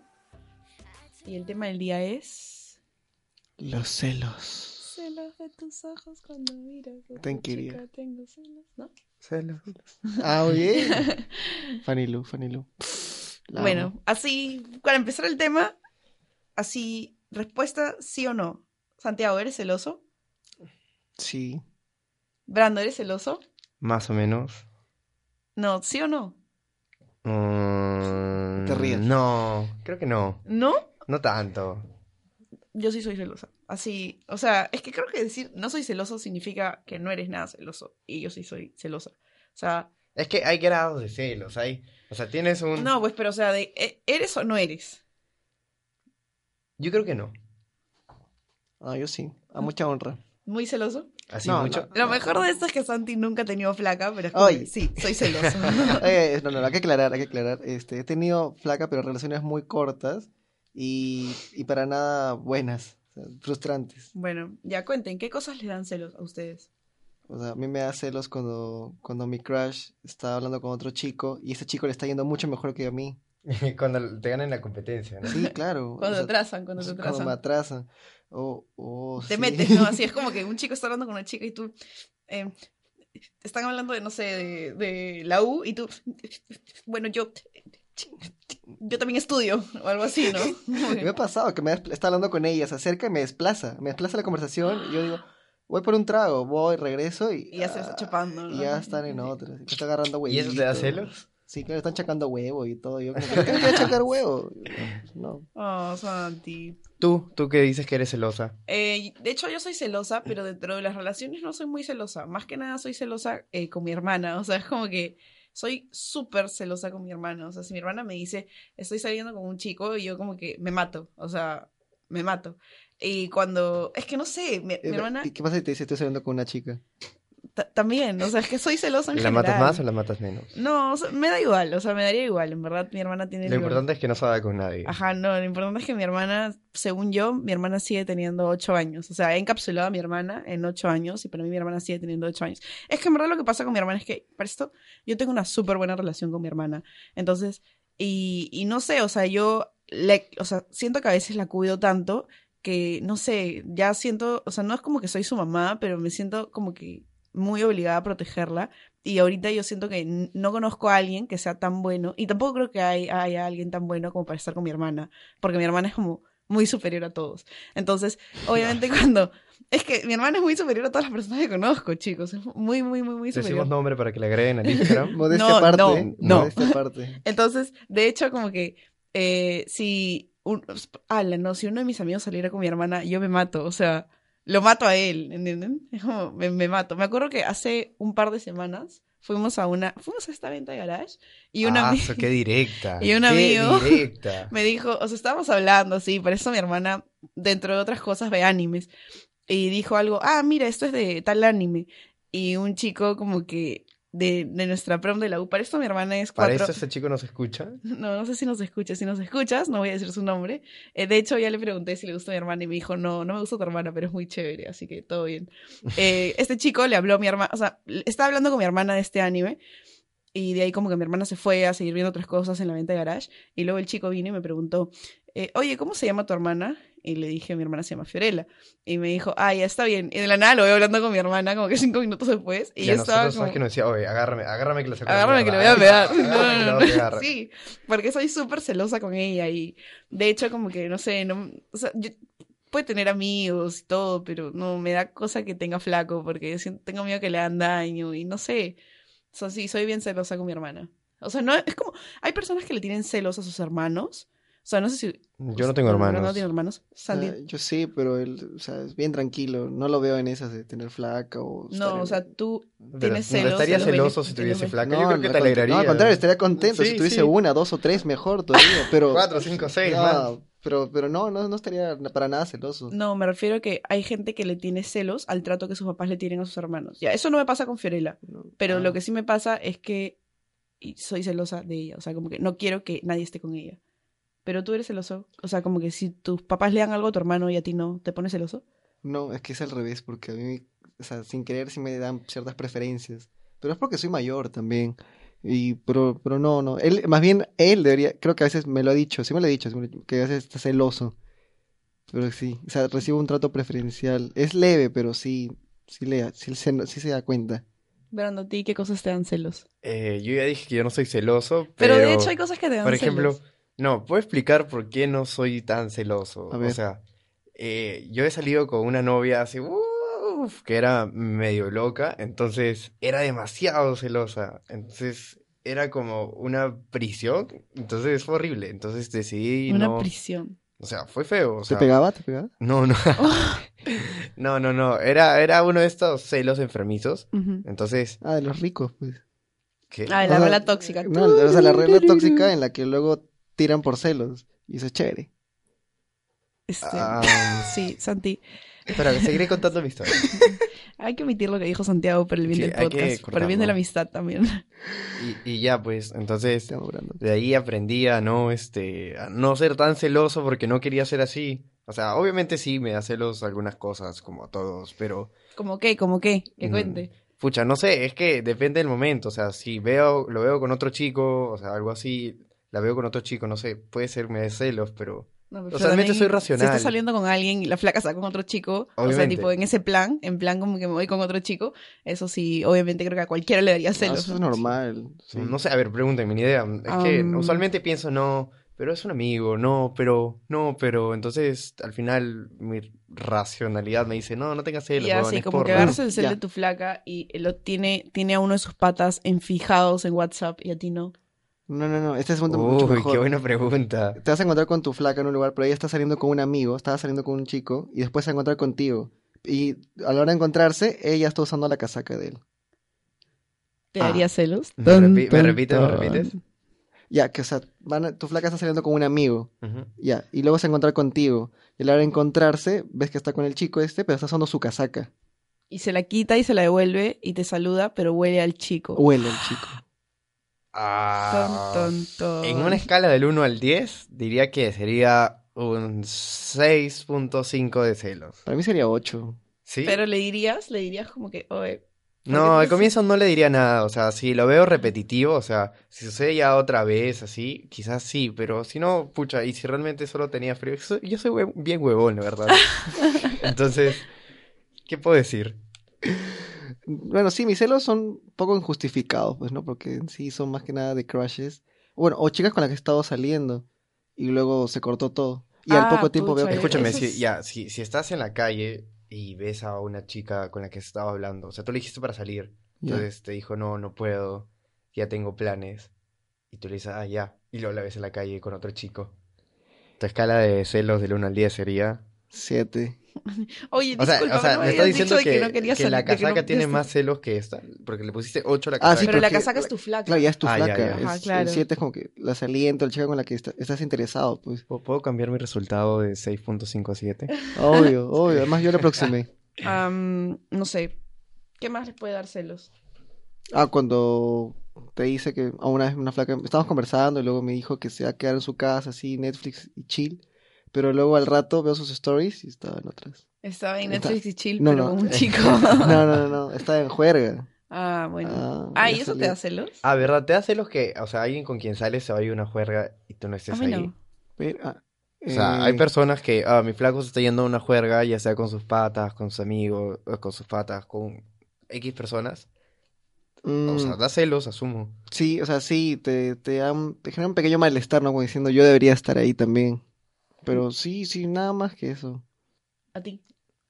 Speaker 3: Y el tema del día es.
Speaker 4: Los celos.
Speaker 3: Celos de tus ojos cuando miras. a tu
Speaker 4: Ten querida.
Speaker 3: chica, Tengo celos, ¿no?
Speaker 4: Celos. Ah, oye. Fanny Lu, Fanny Lu. La
Speaker 3: bueno,
Speaker 4: amo.
Speaker 3: así, para empezar el tema, así, respuesta sí o no. Santiago, ¿eres celoso?
Speaker 4: Sí.
Speaker 3: Brando, ¿eres celoso?
Speaker 18: Más o menos.
Speaker 3: No, ¿sí o no?
Speaker 18: Mm,
Speaker 4: Te ríes.
Speaker 18: No, creo que no.
Speaker 3: ¿No?
Speaker 18: No tanto.
Speaker 3: Yo sí soy celosa. Así, o sea, es que creo que decir no soy celoso significa que no eres nada celoso. Y yo sí soy celosa. O sea,
Speaker 18: Es que hay grados de celos, hay. O sea, tienes
Speaker 4: Mm.
Speaker 18: un.
Speaker 3: no, pues, pero o sea, de, ¿e- ¿eres o no eres?
Speaker 18: Yo creo que no.
Speaker 4: Ah, yo sí. A mucha honra.
Speaker 3: ¿Muy celoso?
Speaker 18: Así
Speaker 4: No,
Speaker 18: mucho.
Speaker 4: no.
Speaker 3: Lo mejor de esto es que Santi nunca ha tenido flaca, pero es como
Speaker 4: Ay.
Speaker 3: que sí, soy celoso.
Speaker 4: Oye, Eh, no, no, hay que aclarar, hay que aclarar. Este, he tenido flaca, pero relaciones muy cortas y, y para nada buenas, o sea, frustrantes.
Speaker 3: bueno, ya cuenten, ¿qué cosas les dan celos a ustedes?
Speaker 4: O sea, a mí me da celos cuando, cuando mi crush está hablando con otro chico y ese chico le está yendo mucho mejor que a mí.
Speaker 18: Cuando te ganan la competencia, ¿no?
Speaker 4: Sí, claro.
Speaker 3: Cuando te atrasan, cuando te
Speaker 4: Cuando
Speaker 3: atrasan.
Speaker 4: me atrasan. O- o
Speaker 3: Te
Speaker 4: sí.
Speaker 3: metes, ¿no? Así es como que un chico está hablando con una chica y tú... eh, están hablando de, no sé, de, de la U y tú... Bueno, yo... Yo también estudio o algo así, ¿no? Como
Speaker 4: Me
Speaker 3: que-
Speaker 4: ha pasado que me despl- está hablando con ella, se acerca y me desplaza, me desplaza la conversación y yo digo, voy por un trago, voy, regreso y,
Speaker 3: Y ya se está
Speaker 4: ah,
Speaker 3: chapando, ¿no?
Speaker 4: y ya están en otra, se está agarrando huevos.
Speaker 18: ¿Y eso te da celos?
Speaker 4: Sí, claro, están chacando huevo y todo. Yo como, que, ¿por qué me voy a chacar huevo? No.
Speaker 3: Oh, Santi.
Speaker 18: Tú, tú que dices que eres celosa.
Speaker 3: Eh, de hecho, yo soy celosa, pero dentro de las relaciones no soy muy celosa. Más que nada soy celosa eh, con mi hermana. O sea, es como que soy súper celosa con mi hermana. O sea, si mi hermana me dice, estoy saliendo con un chico, y yo como que me mato. O sea, me mato. Y cuando, es que no sé, mi, mi
Speaker 4: Eh,
Speaker 3: hermana
Speaker 4: ¿Y qué pasa si te dice estoy saliendo con una chica?
Speaker 3: ta- también. O sea, es que soy celosa en
Speaker 18: ¿La matas
Speaker 3: general.
Speaker 18: más o la matas menos?
Speaker 3: No, o sea, me da igual. O sea, me daría igual. En verdad, mi hermana tiene
Speaker 18: Lo
Speaker 3: liber-
Speaker 18: importante es que no salga con nadie.
Speaker 3: Ajá, no, lo importante es que mi hermana, según yo, mi hermana sigue teniendo ocho años. O sea, he encapsulado a mi hermana en ocho años y para mí mi hermana sigue teniendo ocho años. Es que en verdad lo que pasa con mi hermana es que, para esto, yo tengo una súper buena relación con mi hermana. Entonces, y, y no sé, o sea, yo, le, o sea, siento que a veces la cuido tanto que, no sé, ya siento, o sea, no es como que soy su mamá, pero me siento como que muy obligada a protegerla. Y ahorita yo siento que n- no conozco a alguien que sea tan bueno. Y tampoco creo que hay- haya alguien tan bueno como para estar con mi hermana. Porque mi hermana es como muy superior a todos. Entonces, obviamente cuando... Es que mi hermana es muy superior a todas las personas que conozco, chicos. Es muy, muy, muy, muy superior.
Speaker 18: Decimos nombre para que le agreguen al Instagram.
Speaker 4: Modestia
Speaker 3: No,
Speaker 4: aparte,
Speaker 3: no,
Speaker 4: ¿eh?
Speaker 3: no.
Speaker 4: Modestia aparte.
Speaker 3: Entonces, de hecho, como que eh, si un, pues, ala, no, si uno de mis amigos saliera con mi hermana, yo me mato, o sea, lo mato a él, ¿entienden? Es como, me, me mato. Me acuerdo que hace un par de semanas fuimos a una, fuimos a esta venta de garage y una
Speaker 18: Ah, eso, qué directa.
Speaker 3: y un
Speaker 18: qué
Speaker 3: amigo
Speaker 18: directa.
Speaker 3: me dijo, o sea, estábamos hablando, sí, por eso mi hermana, dentro de otras cosas, ve animes. Y dijo algo, ah, mira, esto es de tal anime. Y un chico como que de, de nuestra prom de la U, para esto mi hermana es
Speaker 18: ¿Para
Speaker 3: cuatro...
Speaker 18: eso ese chico nos escucha?
Speaker 3: No, no sé si nos escucha. Si nos escuchas, no voy a decir su nombre. Eh, de hecho, ya le pregunté si le gusta mi hermana y me dijo, no, no me gusta tu hermana, pero es muy chévere, así que todo bien. Eh, este chico le habló a mi hermana, o sea, le- estaba hablando con mi hermana de este anime y de ahí como que mi hermana se fue a seguir viendo otras cosas en la venta de garage y luego el chico vino y me preguntó, eh, oye, ¿cómo se llama tu hermana? y le dije, mi hermana se llama Fiorella. Y me dijo, ah, ya está bien. Y de la nada lo veo hablando con mi hermana como que cinco minutos después. Y,
Speaker 2: Y,
Speaker 3: yo
Speaker 2: a
Speaker 3: estaba
Speaker 2: nosotros,
Speaker 3: como,
Speaker 2: ¿sabes que nos decía? Oye, agárrame, agárrame que la saco de la
Speaker 3: agárrame que le voy
Speaker 2: mierda.
Speaker 3: a pegar. No,
Speaker 2: Agárrame que la
Speaker 3: no,
Speaker 2: voy a
Speaker 3: no,
Speaker 2: pegar.
Speaker 3: Sí, porque soy súper celosa con ella y de hecho como que, no sé, no, o sea, yo puede tener amigos y todo, pero no, me da cosa que tenga flaco porque yo siento- tengo miedo que le hagan daño y no sé. O sea, sí, soy bien celosa con mi hermana. O sea, no, es como, hay personas que le tienen celos a sus hermanos. O sea, no sé si...
Speaker 2: Yo no tengo
Speaker 3: Bueno,
Speaker 2: hermanos.
Speaker 3: No tiene hermanos. Sandy.
Speaker 4: Ah, yo sí, pero él, o sea, es bien tranquilo. No lo veo en esas de tener flaca o... estar
Speaker 3: No, o
Speaker 4: en-
Speaker 3: sea, tú
Speaker 2: Pero
Speaker 3: tienes
Speaker 2: no
Speaker 3: celos.
Speaker 2: estaría
Speaker 3: de los
Speaker 2: celoso
Speaker 3: bene-
Speaker 2: si
Speaker 3: de
Speaker 2: tuviese
Speaker 3: los bene-
Speaker 2: flaca. Yo creo que
Speaker 4: al
Speaker 2: te
Speaker 4: contra-
Speaker 2: alegraría.
Speaker 4: No, al contrario, estaría contento
Speaker 2: Sí,
Speaker 4: si tuviese
Speaker 2: sí.
Speaker 4: una, dos o tres, mejor todavía, pero...
Speaker 2: Cuatro, cinco, seis, más.
Speaker 4: no, pero, pero no, no, no estaría para nada celoso.
Speaker 3: No, me refiero a que hay gente que le tiene celos al trato que sus papás le tienen a sus hermanos. Ya, eso no me pasa con Fiorella, pero
Speaker 4: Ah.
Speaker 3: lo que sí me pasa es que y soy celosa de ella, o sea, como que no quiero que nadie esté con ella. Pero tú eres celoso, o sea, como que si tus papás le dan algo a tu hermano y a ti no, ¿te pones celoso?
Speaker 4: No, es que es al revés, porque a mí, o sea, sin querer sí me dan ciertas preferencias. Pero es porque soy mayor también. Y, pero, pero no, no. Él, más bien, él debería, creo que a veces me lo ha dicho, sí me lo ha dicho, sí me lo- que a veces está celoso. Pero sí, o sea, recibo un trato preferencial. Es leve, pero sí, sí, le, sí, se, sí se da cuenta.
Speaker 3: Verando a ti, ¿qué cosas te dan celos?
Speaker 2: Eh, yo ya dije que yo no soy celoso, pero...
Speaker 3: Pero de hecho hay cosas que te dan
Speaker 2: Por ejemplo,
Speaker 3: celos.
Speaker 2: no, puedo explicar por qué no soy tan celoso.
Speaker 4: A
Speaker 2: O
Speaker 4: ver.
Speaker 2: sea, eh, yo he salido con una novia hace... uf, que era medio loca, entonces era demasiado celosa. Entonces era como una prisión, entonces fue horrible. Entonces decidí
Speaker 3: Una
Speaker 2: no...
Speaker 3: prisión.
Speaker 2: O sea, fue feo, o
Speaker 4: ¿Te
Speaker 2: sea...
Speaker 4: pegaba? ¿Te pegaba?
Speaker 2: No, no. No, no, no. Era, era uno de estos celos enfermizos.
Speaker 4: Ujú.
Speaker 2: Entonces,
Speaker 4: Ah, de los ricos, pues.
Speaker 2: ¿qué?
Speaker 3: Ah, de la
Speaker 4: O sea,
Speaker 3: regla tóxica.
Speaker 4: No, o sea, la regla tóxica en la que luego tiran por celos. Y eso es chévere.
Speaker 3: Este,
Speaker 2: Ah.
Speaker 3: Sí, Santi.
Speaker 2: Espera, seguiré contando mi historia.
Speaker 3: Hay que omitir lo que dijo Santiago por el bien
Speaker 2: Sí,
Speaker 3: del
Speaker 2: hay que
Speaker 3: podcast, por el bien de la
Speaker 2: cortarlo.
Speaker 3: amistad también.
Speaker 2: Y, y ya, pues, entonces, de ahí aprendí a no, este, a no ser tan celoso porque no quería ser así. O sea, obviamente sí me da celos algunas cosas, como a todos, pero,
Speaker 3: ¿Cómo qué? ¿Cómo qué? Que
Speaker 2: Mm.
Speaker 3: cuente.
Speaker 2: pucha, no sé, es que depende del momento. O sea, si veo, lo veo con otro chico, o sea, algo así, la veo con otro chico, no sé, puede ser me dé celos, pero,
Speaker 3: No,
Speaker 2: o
Speaker 3: pero
Speaker 2: sea, realmente
Speaker 3: también,
Speaker 2: soy
Speaker 3: Si
Speaker 2: racional.
Speaker 3: estás saliendo con alguien y la flaca está con otro chico, o sea,
Speaker 2: Obviamente.
Speaker 3: tipo en ese plan, en plan como que me voy con otro chico, eso sí, obviamente creo que a cualquiera le daría celos.
Speaker 4: Ah, eso
Speaker 3: ¿no?
Speaker 4: es normal. sí.
Speaker 2: No sé, a ver, pregúntenme, ni idea. Es que
Speaker 3: Am.
Speaker 2: usualmente pienso, no, pero es un amigo, no, pero, no, pero. Entonces, al final, mi racionalidad me dice, no, no tengas celos,
Speaker 3: Y así,
Speaker 2: huevón, es
Speaker 3: como que
Speaker 2: porno.
Speaker 3: agarras el cel
Speaker 2: Ya.
Speaker 3: de tu flaca y lo tiene, tiene a uno de sus patas enfijados en WhatsApp y a ti no.
Speaker 4: No, no, no, este es un punto mucho
Speaker 2: Uy,
Speaker 4: mejor.
Speaker 2: qué buena pregunta.
Speaker 4: Te vas a encontrar con tu flaca en un lugar, pero ella está saliendo con un amigo, estaba saliendo con un chico y después se va a encontrar contigo. Y a la hora de encontrarse, ella está usando la casaca de él.
Speaker 3: ¿Te
Speaker 4: Ah.
Speaker 3: daría celos?
Speaker 2: ¿Me, repi- me repites, me repites?
Speaker 4: Ya, que o sea, van a- tu flaca está saliendo con un amigo.
Speaker 2: Ujú.
Speaker 4: Ya, y luego se va a encontrar contigo. Y a la hora de encontrarse, ves que está con el chico este, pero está usando su casaca.
Speaker 3: Y se la quita y se la devuelve y te saluda, pero huele al chico.
Speaker 4: Huele el chico.
Speaker 2: Ah,
Speaker 3: Ton, ton, ton.
Speaker 2: En una escala del 1 al 10, diría que sería un 6.5 de celos.
Speaker 4: Para mí sería 8.
Speaker 2: ¿Sí?
Speaker 3: Pero le dirías, le dirías como que, oye, ¿por qué
Speaker 2: No, al
Speaker 3: te-
Speaker 2: comienzo no le diría nada, o sea, si lo veo repetitivo, o sea, si sucede ya otra vez así, quizás sí, pero si no, pucha, y si realmente solo tenía frío, so- yo soy hue- bien huevón, la verdad. Entonces, ¿qué puedo decir?
Speaker 4: Bueno, sí, mis celos son un poco injustificados, pues, ¿no? Porque en sí son más que nada de crushes. Bueno, o chicas con las que he estado saliendo y luego se cortó todo. Y al
Speaker 3: Ah,
Speaker 4: poco tiempo veo
Speaker 3: pucha,
Speaker 4: que...
Speaker 2: Escúchame,
Speaker 3: eso
Speaker 2: si,
Speaker 3: es-
Speaker 2: ya, si, si estás en la calle y ves a una chica con la que estaba hablando, o sea, tú le dijiste para salir,
Speaker 4: Ya.
Speaker 2: entonces te dijo, no, no puedo, ya tengo planes, y tú le dices, ah, ya, y luego la ves en la calle con otro chico. Tu escala de celos del 1 al 10 sería...
Speaker 4: 7.
Speaker 3: Oye,
Speaker 2: O sea,
Speaker 3: disculpa,
Speaker 2: o sea,
Speaker 3: no
Speaker 2: me estás
Speaker 3: habías
Speaker 2: diciendo
Speaker 3: dicho de que,
Speaker 2: que,
Speaker 3: no querías
Speaker 2: que la
Speaker 3: salir, de que no
Speaker 2: casaca tiene
Speaker 3: querías-
Speaker 2: más celos que esta, porque le pusiste 8 a la
Speaker 4: Ah,
Speaker 2: casaca.
Speaker 4: sí,
Speaker 3: Pero la
Speaker 4: porque-
Speaker 3: casaca es tu flaca.
Speaker 4: Claro, ya es tu
Speaker 2: Ah, ya,
Speaker 4: flaca.
Speaker 2: ya.
Speaker 4: es-
Speaker 3: Ajá,
Speaker 4: el
Speaker 3: claro.
Speaker 4: siete es como que la saliente, el chico con la que está- estás interesado, pues.
Speaker 2: ¿Puedo- ¿Puedo cambiar mi resultado de 6.57?
Speaker 4: Obvio, obvio. Además, yo le aproximé.
Speaker 3: Am, no sé. ¿Qué más les puede dar celos?
Speaker 4: Ah, cuando te dice que a una vez una flaca, estábamos conversando y luego me dijo que se va a quedar en su casa, así, Netflix y chill. Pero luego al rato veo sus stories y estaba en otras.
Speaker 3: Estaba en
Speaker 4: Está-
Speaker 3: Netflix y chill,
Speaker 4: No,
Speaker 3: pero
Speaker 4: no.
Speaker 3: con un chico.
Speaker 4: No, no, no, no, estaba en juerga.
Speaker 3: Ah, bueno.
Speaker 4: Ah,
Speaker 3: Ah,
Speaker 4: ya
Speaker 3: ¿y eso
Speaker 4: salió.
Speaker 3: te da celos?
Speaker 2: Ah, ¿verdad? ¿Te da celos que, o sea, alguien con quien sales se va a ir a una juerga y tú no
Speaker 3: A
Speaker 2: estés
Speaker 3: mí
Speaker 2: ahí?
Speaker 3: no.
Speaker 4: Pero, ah,
Speaker 2: O sea, hay personas que, ah, mi flaco se está yendo a una juerga, ya sea con sus patas, con sus amigos, eh, con sus patas, con X personas. O sea,
Speaker 4: Mm.
Speaker 2: da celos, asumo.
Speaker 4: Sí, o sea, sí, te, te, da un- te genera un pequeño malestar, ¿no? Como diciendo, yo debería estar ahí también. Pero sí, sí, nada más que eso.
Speaker 3: ¿A ti?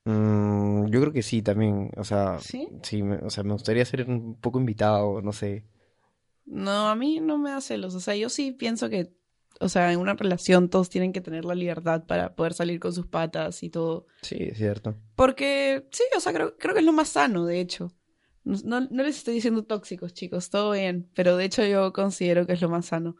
Speaker 2: Mm, yo creo que sí, también. O sea,
Speaker 4: Ah.
Speaker 3: ¿Sí?
Speaker 2: me- o sea, me gustaría ser un poco invitado, no sé.
Speaker 3: No, a mí no me da celos. O sea, yo sí pienso que, o sea, en una relación todos tienen que tener la libertad para poder salir con sus patas y todo.
Speaker 2: Sí, es cierto.
Speaker 3: Porque, sí, o sea, creo, creo que es lo más sano, de hecho. No, no- no les estoy diciendo tóxicos, chicos, todo bien. Pero de hecho yo considero que es lo más sano.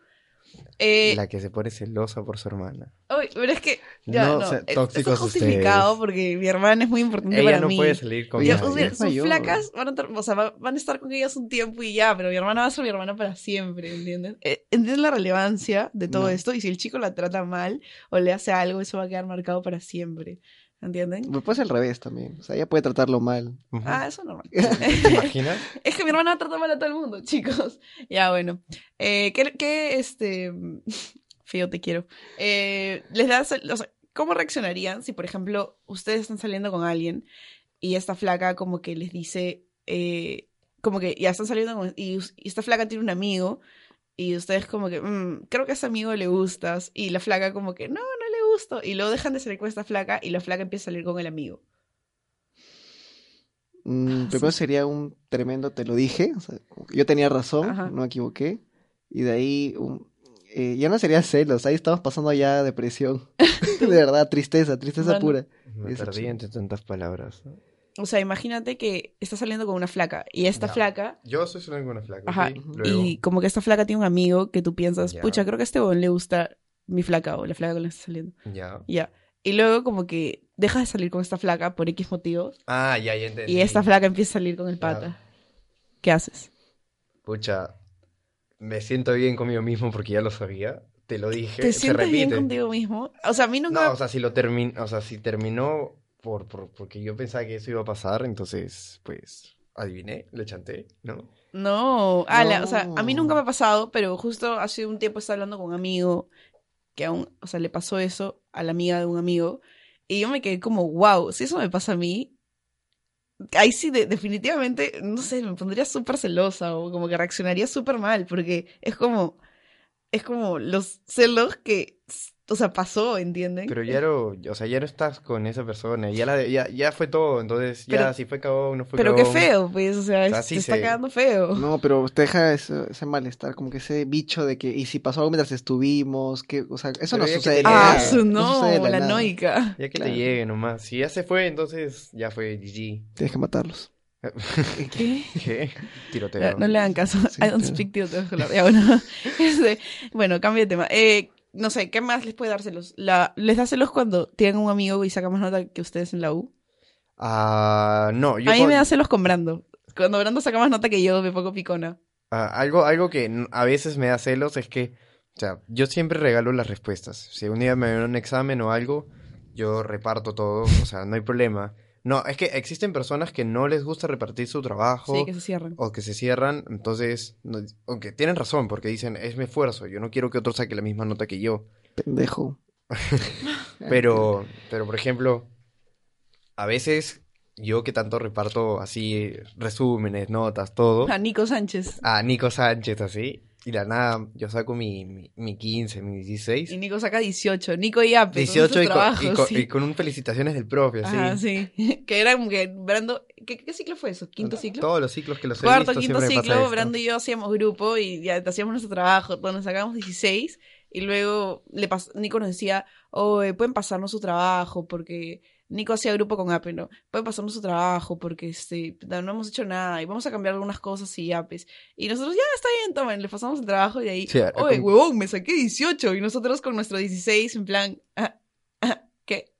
Speaker 3: Eh,
Speaker 2: La que se pone celosa por su hermana.
Speaker 3: uy, pero es que, ya,
Speaker 2: No,
Speaker 3: no,
Speaker 2: o sea,
Speaker 3: eh, eso
Speaker 2: tóxicos este,
Speaker 3: es justificado porque mi hermana es muy importante
Speaker 2: Ella
Speaker 3: para
Speaker 2: no
Speaker 3: mí.
Speaker 2: puede salir con
Speaker 3: Ya,
Speaker 2: nadie.
Speaker 3: o sea,
Speaker 2: Es
Speaker 3: sus
Speaker 2: mayor.
Speaker 3: flacas van a, tar- o sea, va- van a estar con ellas un tiempo y ya, pero mi hermana va a ser mi hermana para siempre, ¿entienden? Eh, ¿Entienden la relevancia de todo
Speaker 6: No.
Speaker 3: esto? Y si el chico la trata mal o le hace algo, eso va a quedar marcado para siempre, ¿entienden?
Speaker 4: Pero puede ser al revés también. O sea, ella puede tratarlo mal.
Speaker 3: Ah, eso es normal.
Speaker 4: ¿Te imaginas?
Speaker 3: Es que mi hermana trata mal a todo el mundo, chicos. Ya, bueno. Eh, ¿qué, qué, este... Feo, te quiero. Eh, ¿Les das... o sea, ¿Cómo reaccionarían si, por ejemplo, ustedes están saliendo con alguien y esta flaca como que les dice... eh, como que ya están saliendo con- y, us- y esta flaca tiene un amigo y ustedes como que... "Mm, creo que a ese amigo le gustas. Y la flaca como que... No, no le gusto. Y luego dejan de salir con esta flaca y la flaca empieza a salir con el amigo.
Speaker 4: Mm, primero sería un tremendo te lo dije. o sea, como que yo tenía razón, no me equivoqué. Y de ahí un- eh, ya no sería celos. Ahí estamos pasando ya a depresión. De verdad, tristeza, tristeza
Speaker 3: Mano.
Speaker 4: pura.
Speaker 2: Me
Speaker 4: Eso,
Speaker 2: perdí entre tantas palabras.
Speaker 3: O sea, imagínate que estás saliendo con una flaca y esta
Speaker 2: Ya.
Speaker 3: flaca...
Speaker 2: Yo soy solo una flaca.
Speaker 3: Ajá.
Speaker 2: ¿ok? Luego.
Speaker 3: Y como que esta flaca tiene un amigo que tú piensas,
Speaker 2: Ya.
Speaker 3: pucha, creo que a este bon le gusta mi flaca o la flaca con la que está saliendo.
Speaker 2: Ya.
Speaker 3: Ya. Y luego como que dejas de salir con esta flaca por X motivos
Speaker 2: Ah, ya, ya entendí.
Speaker 3: y esta flaca empieza a salir con el pata. ¿Qué haces?
Speaker 2: Pucha, me siento bien conmigo mismo porque ya lo sabía. Te lo dije.
Speaker 3: ¿Te
Speaker 2: se
Speaker 3: sientes bien
Speaker 2: repite.
Speaker 3: contigo mismo? O sea, a mí nunca...
Speaker 2: No, o sea, si lo termin, o sea, si terminó por, por- porque yo pensaba que eso iba a pasar, entonces, pues, adiviné, le chanté, ¿no?
Speaker 3: No, ala, o sea, a mí nunca me ha pasado, pero justo hace un tiempo estaba hablando con un amigo que aún, o sea, le pasó eso a la amiga de un amigo y yo me quedé como, wow, si eso me pasa a mí, ahí sí de- definitivamente, no sé, me pondría súper celosa o como que reaccionaría súper mal porque es como, es como los celos que, o sea, pasó, ¿entienden?
Speaker 2: Pero ya no, o sea, ya no estás con esa persona, ya, la, ya, ya fue todo, entonces, ya,
Speaker 3: Pero-
Speaker 2: si fue cagón, no fue
Speaker 3: Pero qué
Speaker 2: cagón.
Speaker 3: feo, pues, o sea,
Speaker 2: O
Speaker 3: es-
Speaker 2: sea,
Speaker 3: te
Speaker 2: sí
Speaker 3: está
Speaker 2: se-
Speaker 3: quedando feo.
Speaker 4: No, pero te deja ese, ese malestar, como que ese bicho de que, y si pasó algo mientras estuvimos, que, o sea, eso no
Speaker 2: Pero ya que
Speaker 4: sucede.
Speaker 2: te
Speaker 4: de la
Speaker 2: llegue.
Speaker 3: Ah,
Speaker 4: nada, sucede de nada.
Speaker 2: Ya que
Speaker 4: Claro.
Speaker 2: te llegue nomás. Si ya se fue, entonces ya fue GG.
Speaker 4: Tienes que matarlos.
Speaker 3: ¿Qué?
Speaker 2: ¿Qué? Tiroteo.
Speaker 3: Ya, no le hagan caso. I
Speaker 2: claro.
Speaker 3: don't speak to the color. Ya, bueno. Este, bueno, cambio de tema. Eh, no sé, ¿qué más les puede dar celos? La, ¿Les da celos cuando tienen un amigo y saca más nota que ustedes en la U?
Speaker 2: Ah, no, yo
Speaker 3: A mí
Speaker 2: con-
Speaker 3: me da celos con Brando. Cuando Brando saca más nota que yo, me pongo picona.
Speaker 2: Ah, algo, algo que n- a veces me da celos es que, o sea, yo siempre regalo las respuestas. Si un día me ven un examen o algo, yo reparto todo, o sea, no hay problema. No, es que existen personas que no les gusta repartir su trabajo.
Speaker 3: Sí, que se cierran.
Speaker 2: O que se cierran, entonces, no- aunque tienen razón, porque dicen, es mi esfuerzo, yo no quiero que otro saque la misma nota que yo.
Speaker 4: Pendejo.
Speaker 2: Pero, pero por ejemplo, a veces yo que tanto reparto así resúmenes, notas, todo,
Speaker 3: A Nico Sánchez.
Speaker 2: a Nico Sánchez así, y de la nada yo saco mi, mi, mi 15, mi 16,
Speaker 3: Y Nico saca 18. Nico y Ape.
Speaker 2: 18
Speaker 3: 18
Speaker 2: y con,
Speaker 3: trabajos,
Speaker 2: y con-
Speaker 3: sí.
Speaker 2: y con un felicitaciones del profe, así.
Speaker 3: Ajá, sí. Que era como que Brando. ¿Qué, qué ciclo fue eso? ¿Quinto ciclo?
Speaker 2: Todos los ciclos que los he
Speaker 3: Cuarto,
Speaker 2: visto
Speaker 3: quinto
Speaker 2: siempre me pasa
Speaker 3: ciclo,
Speaker 2: esto.
Speaker 3: Brando y yo hacíamos grupo y ya hacíamos nuestro trabajo, todos nos sacábamos 16 y luego le pas- Nico nos decía, oye, pueden pasarnos su trabajo porque Nico hacía grupo con Ape, ¿no? Pueden pasarnos su trabajo porque este, no hemos hecho nada y vamos a cambiar algunas cosas y Apes. Y nosotros, ya está bien, tomen, le pasamos el trabajo y de ahí,
Speaker 2: Sí, era
Speaker 3: oye,
Speaker 2: como-
Speaker 3: huevón, me saqué 18 y nosotros con nuestro 16 en plan, "Ah, ah, ¿qué?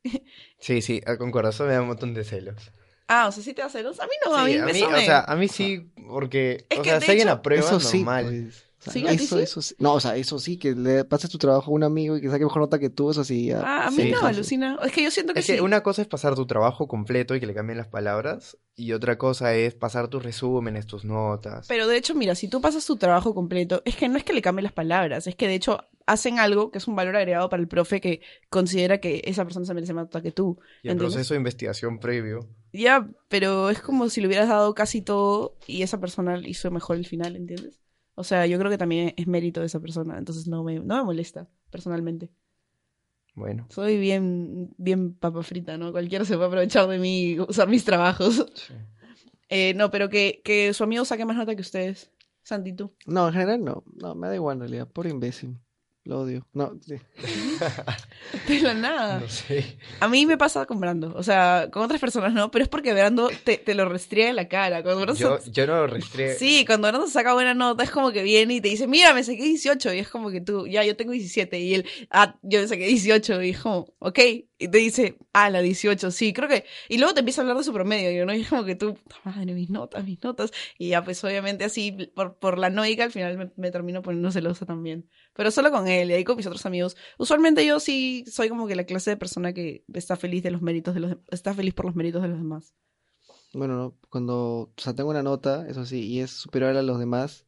Speaker 2: Sí, sí, ah, concuerdo, eso me da un montón de celos.
Speaker 3: Ah, o sea, sí te da celos. A mí no, a
Speaker 2: Sí,
Speaker 3: mí
Speaker 2: a
Speaker 3: me
Speaker 2: mí,
Speaker 3: sume.
Speaker 2: o sea, a mí sí, porque,
Speaker 3: Es
Speaker 2: o
Speaker 3: que,
Speaker 2: sea,
Speaker 3: de
Speaker 2: si alguien
Speaker 3: hecho-
Speaker 2: aprueba,
Speaker 4: Eso sí,
Speaker 2: normal.
Speaker 4: pues. O sea,
Speaker 3: Sí, a ti
Speaker 4: eso,
Speaker 3: sí.
Speaker 4: eso sí. No, o sea, eso sí, que le pases tu trabajo a un amigo y que saque mejor nota que tú, eso sí. ya,
Speaker 3: Ah, a mí
Speaker 4: sí,
Speaker 3: no,
Speaker 4: fácil.
Speaker 3: alucina. Es que yo siento que
Speaker 2: Es que
Speaker 3: sí.
Speaker 2: una cosa es pasar tu trabajo completo y que le cambien las palabras, y otra cosa es pasar tus resúmenes, tus notas.
Speaker 3: Pero de hecho, mira, si tú pasas tu trabajo completo, es que no es que le cambie las palabras, es que de hecho hacen algo que es un valor agregado para el profe que considera que esa persona se merece más nota que tú.
Speaker 2: Y el
Speaker 3: ¿entiendes?
Speaker 2: proceso de investigación previo.
Speaker 3: Ya, pero es como si le hubieras dado casi todo y esa persona hizo mejor el final, ¿entiendes? O sea, yo creo que también es mérito de esa persona, entonces no me, no me molesta, personalmente.
Speaker 2: Bueno.
Speaker 3: Soy bien, bien papa frita, ¿no? Cualquiera se puede aprovechar de mí y usar mis trabajos. Eh, no, pero que, que su amigo saque más nota que ustedes. Santi, tú.
Speaker 4: No, en general no. No, me da igual en realidad. Por imbécil. Lo odio. No, sí.
Speaker 3: De la nada.
Speaker 2: No sé.
Speaker 3: A mí me pasa con Brando. O sea, con otras personas no, pero es porque Brando te, te lo restriega en la cara. Cuando Brando
Speaker 2: Yo,
Speaker 3: se-
Speaker 2: yo no lo restré.
Speaker 3: Sí, cuando Brando saca buena nota es como que viene y te dice, mira, me saqué 18. Y es como que tú, ya, yo tengo 17. Y él, ah, yo me saqué 18. Y es como, ok. Y te dice, ah, la 18, sí, creo que... Y luego te empieza a hablar de su promedio. Y, uno, y es como que tú, puta madre, mis notas, mis notas. Y ya, pues obviamente así, por, por la noica, al final me, me termino poniendo celosa también. Pero solo con él y ahí con mis otros amigos. Usualmente yo sí soy como que la clase de persona que está feliz de los méritos de los... Está feliz por los méritos de los demás.
Speaker 4: Bueno, no, cuando, o sea, tengo una nota, eso sí, y es superior a los demás,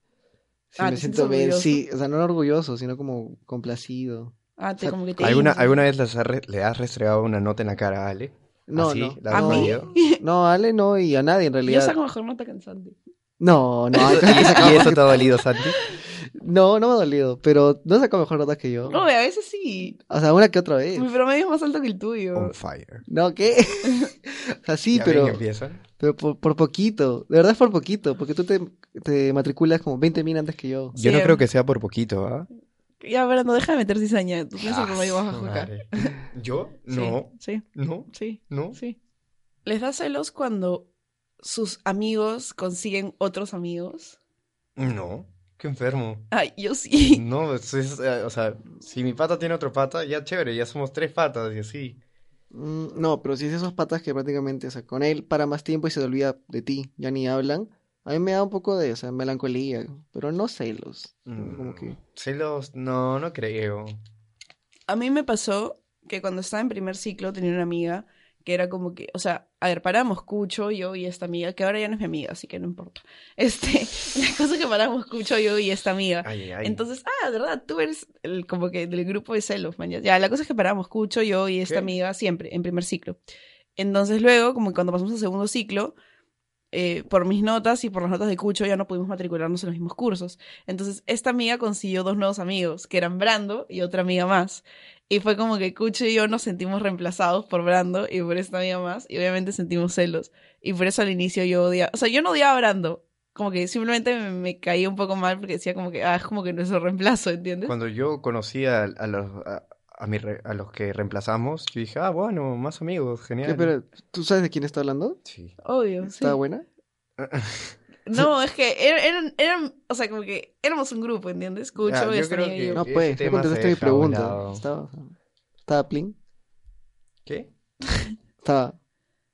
Speaker 4: sí
Speaker 3: Ah,
Speaker 4: me
Speaker 3: te
Speaker 4: siento
Speaker 3: sientes
Speaker 4: bien, sí, o sea, no orgulloso, sino como complacido.
Speaker 3: Ah, te-
Speaker 4: O sea,
Speaker 3: como que te
Speaker 2: ¿Alguna, ¿Alguna vez las ha re- le has restregado una nota en la cara a Ale?
Speaker 4: No,
Speaker 2: ¿Así?
Speaker 4: no.
Speaker 2: ¿Ah, ¿La has
Speaker 4: no,
Speaker 2: mordido?
Speaker 4: No, a Ale no y a nadie en
Speaker 3: Yo
Speaker 4: realidad.
Speaker 3: saco mejor nota que en Santi.
Speaker 4: No, no.
Speaker 2: Eso- y- y eso te ha dolido, Santi?
Speaker 4: No, no me ha dolido, pero no saco mejor notas que yo.
Speaker 3: No, a veces sí.
Speaker 4: O sea, una que otra vez.
Speaker 3: Mi promedio es más alto que el tuyo.
Speaker 2: Oh. fire.
Speaker 4: No, ¿qué? o sea, sí,
Speaker 2: Ya ven
Speaker 4: pero.
Speaker 2: que empieza.
Speaker 4: Pero por, por poquito. De verdad es por poquito. Porque tú te, te matriculas como 20 mil antes que yo.
Speaker 2: Yo no creo que sea por poquito, ¿ah?
Speaker 3: Ya, pero no deja de meter cizaña. Tú tienes el
Speaker 2: Ah,
Speaker 3: promedio más bajo acá.
Speaker 2: madre. ¿Yo?
Speaker 3: Sí,
Speaker 2: No.
Speaker 3: Sí.
Speaker 2: No.
Speaker 3: Sí.
Speaker 2: No.
Speaker 3: Sí. ¿Les da celos cuando sus amigos consiguen otros amigos?
Speaker 2: No. Qué enfermo.
Speaker 3: Ay, yo sí.
Speaker 2: No, es- es, eh, o sea, si mi pata tiene otro pata, ya chévere, ya somos tres patas y así.
Speaker 4: Mm, No, pero si es esos patas que prácticamente, o sea, con él para más tiempo y se te olvida de ti, ya ni hablan. A mí me da un poco de, o sea, melancolía, pero no celos. Como que.
Speaker 2: Celos, no, no creo.
Speaker 3: A mí me pasó que cuando estaba en primer ciclo tenía una amiga que era como que, o sea, a ver, paramos Cucho, yo y esta amiga, que ahora ya no es mi amiga, así que no importa. Este, la cosa es que paramos Cucho, yo y esta amiga. Entonces, ah, de verdad, tú eres el- como que del grupo de celos, man. ya- Ya, la cosa es que paramos Cucho, yo y esta
Speaker 6: ¿Qué?
Speaker 3: amiga siempre, en primer ciclo. Entonces luego, como que cuando pasamos al segundo ciclo, eh, por mis notas y por las notas de Cucho ya no pudimos matricularnos en los mismos cursos. Entonces, esta amiga consiguió dos nuevos amigos, que eran Brando y otra amiga más. Y fue como que Cucho y yo nos sentimos reemplazados por Brando y por esta amiga más, y obviamente sentimos celos. Y por eso al inicio yo odiaba, o sea, yo no odiaba a Brando, como que simplemente me, me caía un poco mal porque decía como que, ah, es como que nuestro reemplazo, ¿entiendes?
Speaker 2: Cuando yo conocí a, a los, a, a mi re- a los que reemplazamos, yo dije, ah, bueno, más amigos,
Speaker 4: ¿Qué,
Speaker 2: genial.
Speaker 4: pero, ¿tú sabes de quién está hablando?
Speaker 2: Sí.
Speaker 3: Obvio, sí.
Speaker 4: ¿Está buena?
Speaker 3: No, es que er- eran, eran, o sea, como que éramos un grupo, ¿entiendes? Cucho,
Speaker 4: Ah,
Speaker 2: Ya, yo
Speaker 3: esta
Speaker 2: creo
Speaker 3: amiga y
Speaker 2: que-
Speaker 3: yo.
Speaker 4: No,
Speaker 2: ese
Speaker 4: pues, me
Speaker 2: tema se
Speaker 4: contestaste mi
Speaker 2: deja a un
Speaker 4: pregunta.
Speaker 2: lado.
Speaker 4: Estaba, estaba Plin,
Speaker 2: ¿Qué?
Speaker 4: estaba, o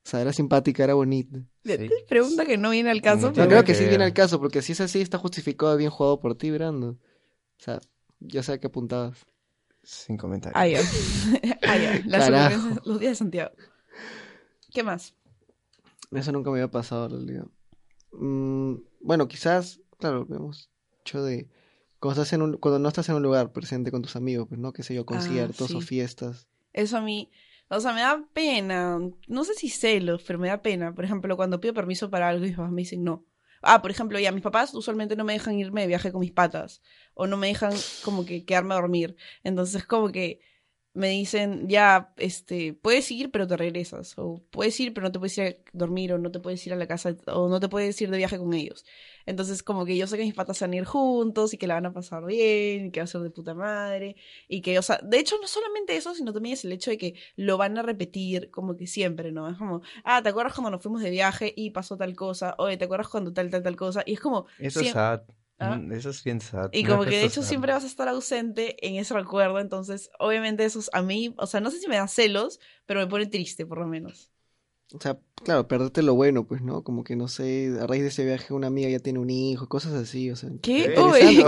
Speaker 4: sea, era simpática, era bonita.
Speaker 3: Pregunta que no viene al caso,
Speaker 4: No
Speaker 3: pero
Speaker 4: creo que sí viene
Speaker 3: bueno.
Speaker 4: al caso, porque si es así, está justificado, bien jugado por ti, Brando. O sea, ya sé a qué apuntabas.
Speaker 2: Sin comentarios.
Speaker 3: Ah, ya. Ah, ya. Las
Speaker 4: Carajo.
Speaker 3: ocurrencias- los días de Santiago. ¿Qué más?
Speaker 4: Eso nunca me había pasado, en realidad. Mm, bueno, quizás, claro, lo hemos hecho de cuando estás en un- cuando no estás en un lugar presente con tus amigos, pues no, qué sé yo, conciertos o
Speaker 3: sí.
Speaker 4: fiestas.
Speaker 3: Eso a mí, o sea, me da pena. No sé si celos, pero me da pena. Por ejemplo, cuando pido permiso para algo y mis papás me dicen no. Ah, por ejemplo, ya mis papás usualmente no me dejan irme de viaje con mis patas o no me dejan como que quedarme a dormir. Entonces, como que me dicen, ya, este, puedes ir, pero te regresas. O puedes ir, pero no te puedes ir a dormir, o no te puedes ir a la casa, o no te puedes ir de viaje con ellos. Entonces, como que yo sé que mis patas se van a ir juntos y que la van a pasar bien, y que va a ser de puta madre. Y que, o sea, de hecho, no solamente eso, sino también es el hecho de que lo van a repetir como que siempre, ¿no? Es como, ah, ¿te acuerdas cuando nos fuimos de viaje y pasó tal cosa? Oye, ¿te acuerdas cuando tal, tal, tal cosa? Y es como.
Speaker 2: Eso
Speaker 3: siem-
Speaker 2: es sad.
Speaker 3: ¿Ah?
Speaker 2: Mm, Eso es bien sad.
Speaker 3: y
Speaker 2: Me
Speaker 3: como
Speaker 2: has
Speaker 3: que de
Speaker 2: puesto
Speaker 3: hecho
Speaker 2: sad.
Speaker 3: siempre vas a estar ausente en ese recuerdo, entonces obviamente eso es a mí, o sea, no sé si me da celos, pero me pone triste por lo menos.
Speaker 4: O sea, claro, perderte lo bueno, pues, ¿no? Como que no sé, a raíz de ese viaje una amiga ya tiene un hijo, cosas así, o sea.
Speaker 3: ¿Qué?
Speaker 4: interesante.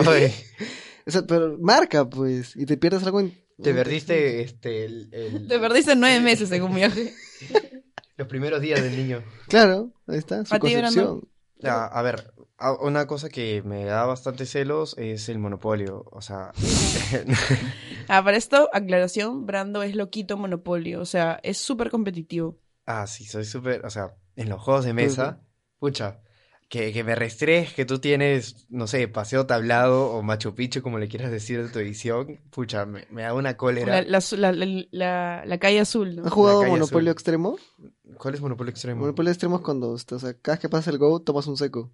Speaker 2: Uy.
Speaker 4: O sea, pero marca, pues, y te pierdes algo en-
Speaker 2: Te perdiste este, el- el-
Speaker 3: Te perdiste nueve meses según mi viaje.
Speaker 2: los primeros días del niño.
Speaker 4: Claro, ahí está, su
Speaker 3: ¿A ti, Brando?
Speaker 4: concepción.
Speaker 2: Ya, Ah, a ver, a- una cosa que me da bastante celos es el monopolio. O sea,
Speaker 3: Ah, para esto, aclaración, Brando es loquito monopolio, o sea, es súper competitivo.
Speaker 2: Ah, sí, soy súper, o sea, en los juegos de mesa, pucha, que, que me restres que tú tienes, no sé, Paseo Tablado o Machu Picchu, como le quieras decir de tu edición, pucha, me, me da una
Speaker 3: La,
Speaker 2: cólera.
Speaker 3: la azu- la- la- la- la calle azul, ¿no?
Speaker 4: ¿Has jugado
Speaker 2: La calle
Speaker 4: Monopolio
Speaker 2: azul.
Speaker 4: Extremo?
Speaker 2: ¿Cuál es Monopolio Extremo?
Speaker 4: Monopolio Extremo es cuando, o sea, cada vez que pasa el Go, tomas un seco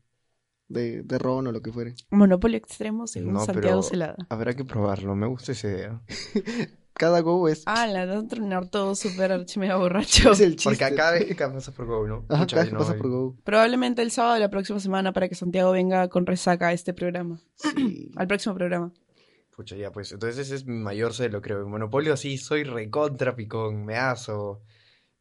Speaker 4: de, de ron o lo que fuere.
Speaker 3: Monopolio extremo según
Speaker 2: No, pero
Speaker 3: Santiago Celada.
Speaker 2: habrá que probarlo, me gusta esa idea.
Speaker 4: Cada Go es...
Speaker 3: Ah, la de entrenar todo súper archimega borracho.
Speaker 2: Porque acá es que pasa por Go, ¿no?
Speaker 4: Ajá,
Speaker 2: Pucha,
Speaker 4: cada vez
Speaker 2: yo
Speaker 4: que
Speaker 2: no
Speaker 4: pasa
Speaker 2: voy.
Speaker 4: por Go.
Speaker 3: Probablemente el sábado de la próxima semana para que Santiago venga con resaca a este programa. Al próximo programa.
Speaker 2: Pucha, ya, pues, entonces ese es mi mayor celo, creo. En Monopolio sí, soy recontra picón, me aso,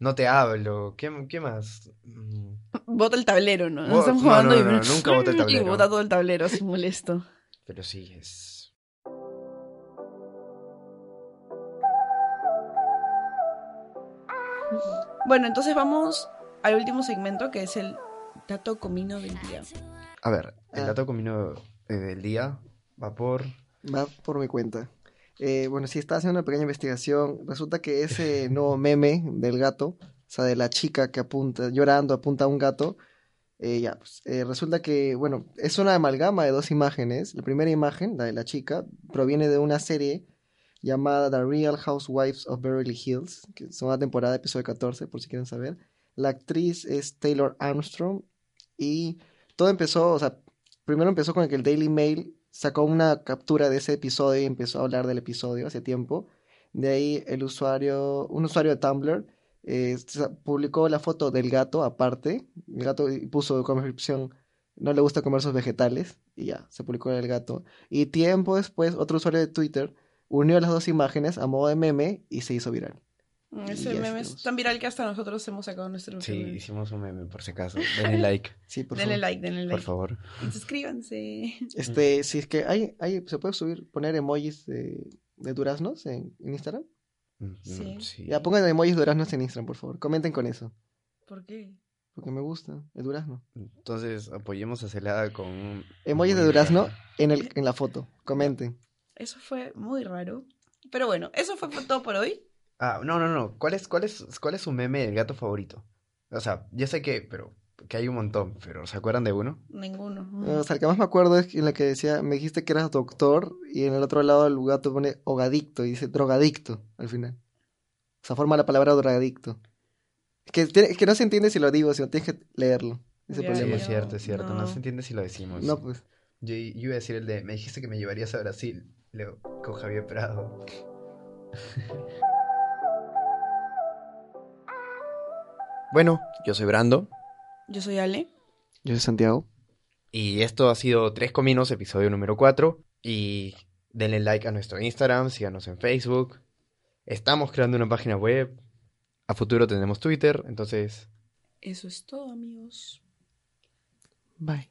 Speaker 2: no te hablo, ¿qué, qué más? Mm.
Speaker 3: Bota el tablero, ¿no?
Speaker 2: Bo-
Speaker 3: Estamos
Speaker 2: no,
Speaker 3: jugando
Speaker 2: no,
Speaker 3: y...
Speaker 2: no, nunca bota el
Speaker 3: Y
Speaker 2: tablero.
Speaker 3: bota todo el tablero, así molesto.
Speaker 2: Pero sí, es...
Speaker 3: Bueno, entonces vamos al último segmento que es el dato comino del día.
Speaker 2: A ver, el
Speaker 4: Ah.
Speaker 2: dato combinado del día va por...
Speaker 4: Va por mi cuenta. Eh, bueno, sí, estaba haciendo una pequeña investigación. Resulta que ese nuevo meme del gato, o sea, de la chica que apunta, llorando, apunta a un gato, eh, ya, pues, eh, resulta que, bueno, es una amalgama de dos imágenes. La primera imagen, la de la chica, proviene de una serie llamada The Real Housewives of Beverly Hills, que es una temporada, episodio 14, por si quieren saber. La actriz es Taylor Armstrong y todo empezó, o sea, primero empezó con que el Daily Mail sacó una captura de ese episodio y empezó a hablar del episodio hace tiempo. De ahí el usuario, un usuario de Tumblr eh, sa- publicó la foto del gato aparte. El gato y puso como descripción, no le gusta comer sus vegetales y ya, se publicó el gato. Y tiempo después otro usuario de Twitter unió las dos imágenes a modo de meme y se hizo viral.
Speaker 3: Ese
Speaker 4: Ya
Speaker 3: meme es tan viral que hasta nosotros hemos sacado nuestro
Speaker 2: Mm, Sí,
Speaker 3: meme.
Speaker 2: hicimos un meme, por si acaso. Denle like.
Speaker 4: Sí, por
Speaker 3: Denle
Speaker 4: favor.
Speaker 3: like, denle like.
Speaker 2: Por favor.
Speaker 3: Y suscríbanse.
Speaker 4: Este, si es que hay, hay, se puede subir, poner emojis de, de duraznos en, en Instagram.
Speaker 2: Mm,
Speaker 3: Sí.
Speaker 4: Ya pongan emojis duraznos en Instagram, por favor. Comenten con eso,
Speaker 3: ¿Por qué?
Speaker 4: porque me gusta el durazno.
Speaker 2: Entonces, apoyemos a Celada con un...
Speaker 4: Emojis de durazno en, el, en la foto. Comenten.
Speaker 3: Eso fue muy raro. Pero bueno, eso fue por- todo por hoy.
Speaker 2: Ah, no, no, no. ¿Cuál es, cuál es, cuál es su meme del gato favorito? O sea, ya sé que, pero, que hay un montón, pero ¿se acuerdan de uno?
Speaker 3: Ninguno.
Speaker 2: Ah,
Speaker 4: O sea, el que más me acuerdo es en la que decía, me dijiste que eras doctor y en el otro lado el gato pone hogadicto y dice drogadicto al final. O sea, forma la palabra drogadicto. Es que, tiene- es que no se entiende si lo digo, sino tienes que leerlo. Ese
Speaker 2: Sí,
Speaker 4: problema.
Speaker 2: es cierto, es cierto. No.
Speaker 4: no.
Speaker 2: se entiende si lo decimos.
Speaker 4: No, pues.
Speaker 2: Yo, yo iba a decir el de, me dijiste que me llevarías a Brasil, Leo, con Javier Prado. Bueno, yo soy Brando.
Speaker 3: Yo soy Ale.
Speaker 4: Yo soy Santiago.
Speaker 2: Y esto ha sido Tres Cominos, episodio número 4. Y denle like a nuestro Instagram, síganos en Facebook. Estamos creando una página web. A futuro tendremos Twitter, entonces...
Speaker 3: Eso es todo, amigos.
Speaker 4: Bye.